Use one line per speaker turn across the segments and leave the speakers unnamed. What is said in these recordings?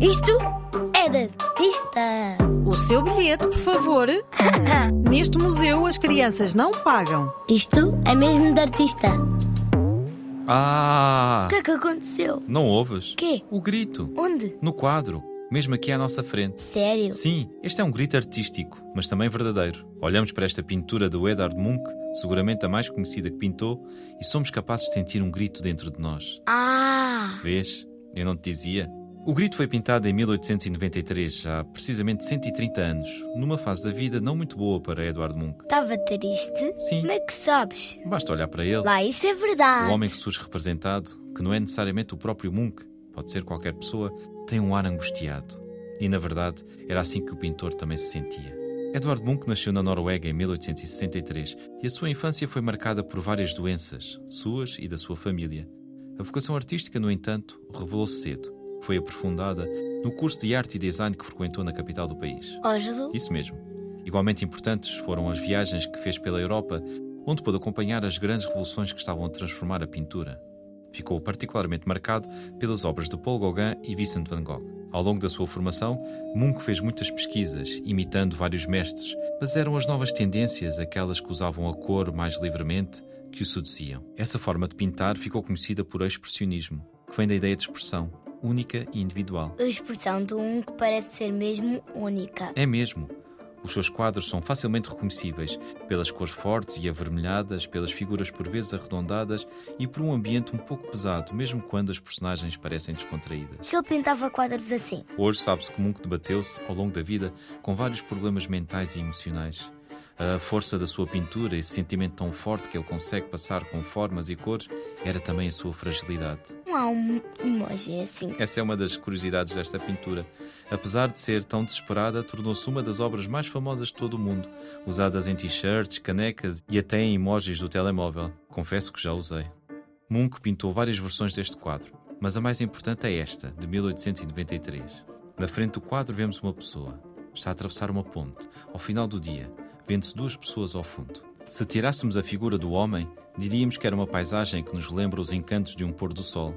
Isto é de artista.
O seu bilhete, por favor. Neste museu, as crianças não pagam.
Isto é mesmo de artista.
Ah!
O que é que aconteceu?
Não ouves?
Quê?
O grito.
Onde?
No quadro, mesmo aqui à nossa frente.
Sério?
Sim, este é um grito artístico, mas também verdadeiro. Olhamos para esta pintura do Edvard Munch, seguramente a mais conhecida que pintou, e somos capazes de sentir um grito dentro de nós.
Ah!
Vês? Eu não te dizia? O grito foi pintado em 1893, há precisamente 130 anos, numa fase da vida não muito boa para Edvard Munch.
Estava triste?
Sim.
Como é que sabes?
Basta olhar para ele.
Lá, isso é verdade.
O homem que surge representado, que não é necessariamente o próprio Munch, pode ser qualquer pessoa, tem um ar angustiado. E na verdade, era assim que o pintor também se sentia. Edvard Munch nasceu na Noruega em 1863 e a sua infância foi marcada por várias doenças, suas e da sua família. A vocação artística, no entanto, revelou-se cedo. Foi aprofundada no curso de arte e design que frequentou na capital do país.
Ângelo?
Isso mesmo. Igualmente importantes foram as viagens que fez pela Europa, onde pôde acompanhar as grandes revoluções que estavam a transformar a pintura. Ficou particularmente marcado pelas obras de Paul Gauguin e Vincent van Gogh. Ao longo da sua formação, Munch fez muitas pesquisas, imitando vários mestres, mas eram as novas tendências aquelas que usavam a cor mais livremente que o seduziam. Essa forma de pintar ficou conhecida por expressionismo, que vem da ideia de expressão, única e individual.
A expressão do um que parece ser mesmo única.
É mesmo. Os seus quadros são facilmente reconhecíveis pelas cores fortes e avermelhadas, pelas figuras por vezes arredondadas e por um ambiente um pouco pesado, mesmo quando as personagens parecem descontraídas.
Que ele pintava quadros assim.
Hoje sabe-se um que Munch debateu-se ao longo da vida com vários problemas mentais e emocionais. A força da sua pintura, esse sentimento tão forte que ele consegue passar com formas e cores, era também a sua fragilidade.
Não há um emoji assim.
Essa é uma das curiosidades desta pintura. Apesar de ser tão desesperada, tornou-se uma das obras mais famosas de todo o mundo, usadas em t-shirts, canecas e até em emojis do telemóvel. Confesso que já usei. Munch pintou várias versões deste quadro, mas a mais importante é esta, de 1893. Na frente do quadro vemos uma pessoa. Está a atravessar uma ponte. Ao final do dia, vêem-se duas pessoas ao fundo. Se tirássemos a figura do homem, diríamos que era uma paisagem que nos lembra os encantos de um pôr do sol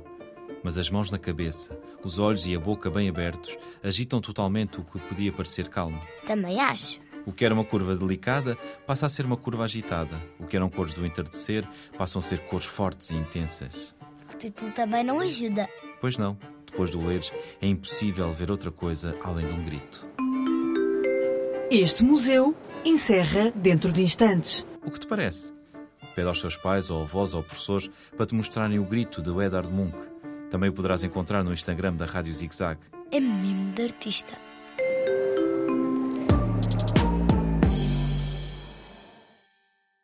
mas as mãos na cabeça, os olhos e a boca bem abertos agitam totalmente o que podia parecer calmo.
Também acho.
O que era uma curva delicada passa a ser uma curva agitada. O que eram cores do entardecer passam a ser cores fortes e intensas.
O título também não ajuda.
Pois não, depois do leres é impossível ver outra coisa além de um grito.
Este museu encerra dentro de instantes.
O que te parece? Pede aos teus pais ou avós ou professores para te mostrarem o grito do Edvard Munch. Também o poderás encontrar no Instagram da Rádio Zig Zag.
É mesmo de artista.